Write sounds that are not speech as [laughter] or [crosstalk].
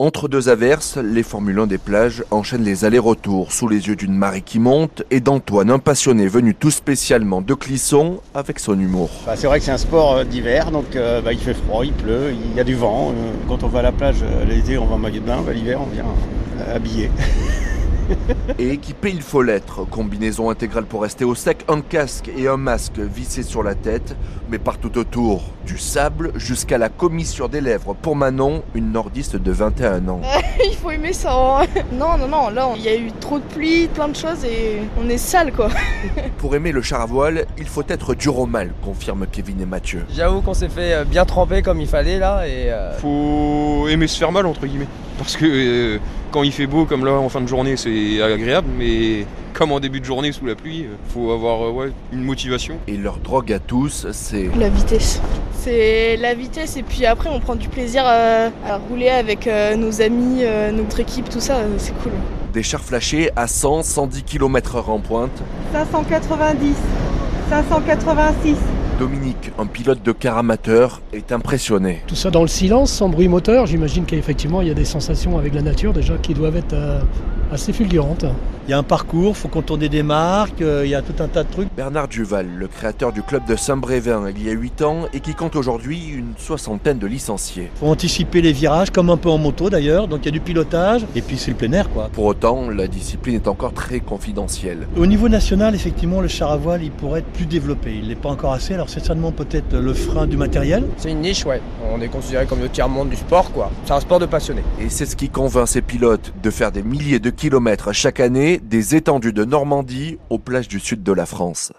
Entre deux averses, les Formule 1 des plages enchaînent les allers-retours sous les yeux d'une marée qui monte et d'Antoine, un passionné venu tout spécialement de Clisson avec son humour. Bah, c'est vrai que c'est un sport euh, d'hiver, donc euh, bah, il fait froid, il pleut, il y a du vent. Euh, quand on va à la plage euh, l'été, on va en maillot de bain, bah, l'hiver, on vient euh, habillé. Et équipé, il faut l'être. Combinaison intégrale pour rester au sec, un casque et un masque vissés sur la tête, mais partout autour, du sable jusqu'à la commissure des lèvres. Pour Manon, une nordiste de 21 ans. [laughs] Il faut aimer ça. hein. Non, non, non, là, il y a eu trop de pluie, plein de choses et on est sale quoi. Pour aimer le char à voile, il faut être dur au mal, confirment Kevin et Mathieu. J'avoue qu'on s'est fait euh, bien tremper comme il fallait là et euh, Faut aimer se faire mal entre guillemets. Parce que euh, quand il fait beau comme là en fin de journée c'est agréable mais comme en début de journée sous la pluie, euh, faut avoir euh, ouais, une motivation. Et leur drogue à tous, c'est [laughs] La vitesse. C'est la vitesse et puis après on prend du plaisir euh, à rouler avec euh, nos amis, euh, notre équipe, tout ça, euh, c'est cool. des chars flashés à 100, 110 km/h en pointe. 590, 586. Dominique, un pilote de car amateur, est impressionné. Tout ça dans le silence, sans bruit moteur. J'imagine qu'effectivement, il y a des sensations avec la nature déjà qui doivent être euh, assez fulgurantes. Il y a un parcours, faut contourner des marques, euh, il y a tout un tas de trucs. Bernard Duval, le créateur du club de Saint-Brévin il y a 8 ans et qui compte aujourd'hui une soixantaine de licenciés. Faut anticiper les virages, comme un peu en moto d'ailleurs, donc il y a du pilotage, et puis c'est le plein air quoi. Pour autant, la discipline est encore très confidentielle. Au niveau national, effectivement, le char à voile, il pourrait être plus développé. Il n'est pas encore assez, alors c'est certainement peut-être le frein du matériel. c'est une niche, ouais. On est considéré comme le tiers-monde du sport quoi. C'est un sport de passionné. Et c'est ce qui convainc ces pilotes de faire des milliers de kilomètres chaque année des étendues de Normandie aux plages du sud de la France.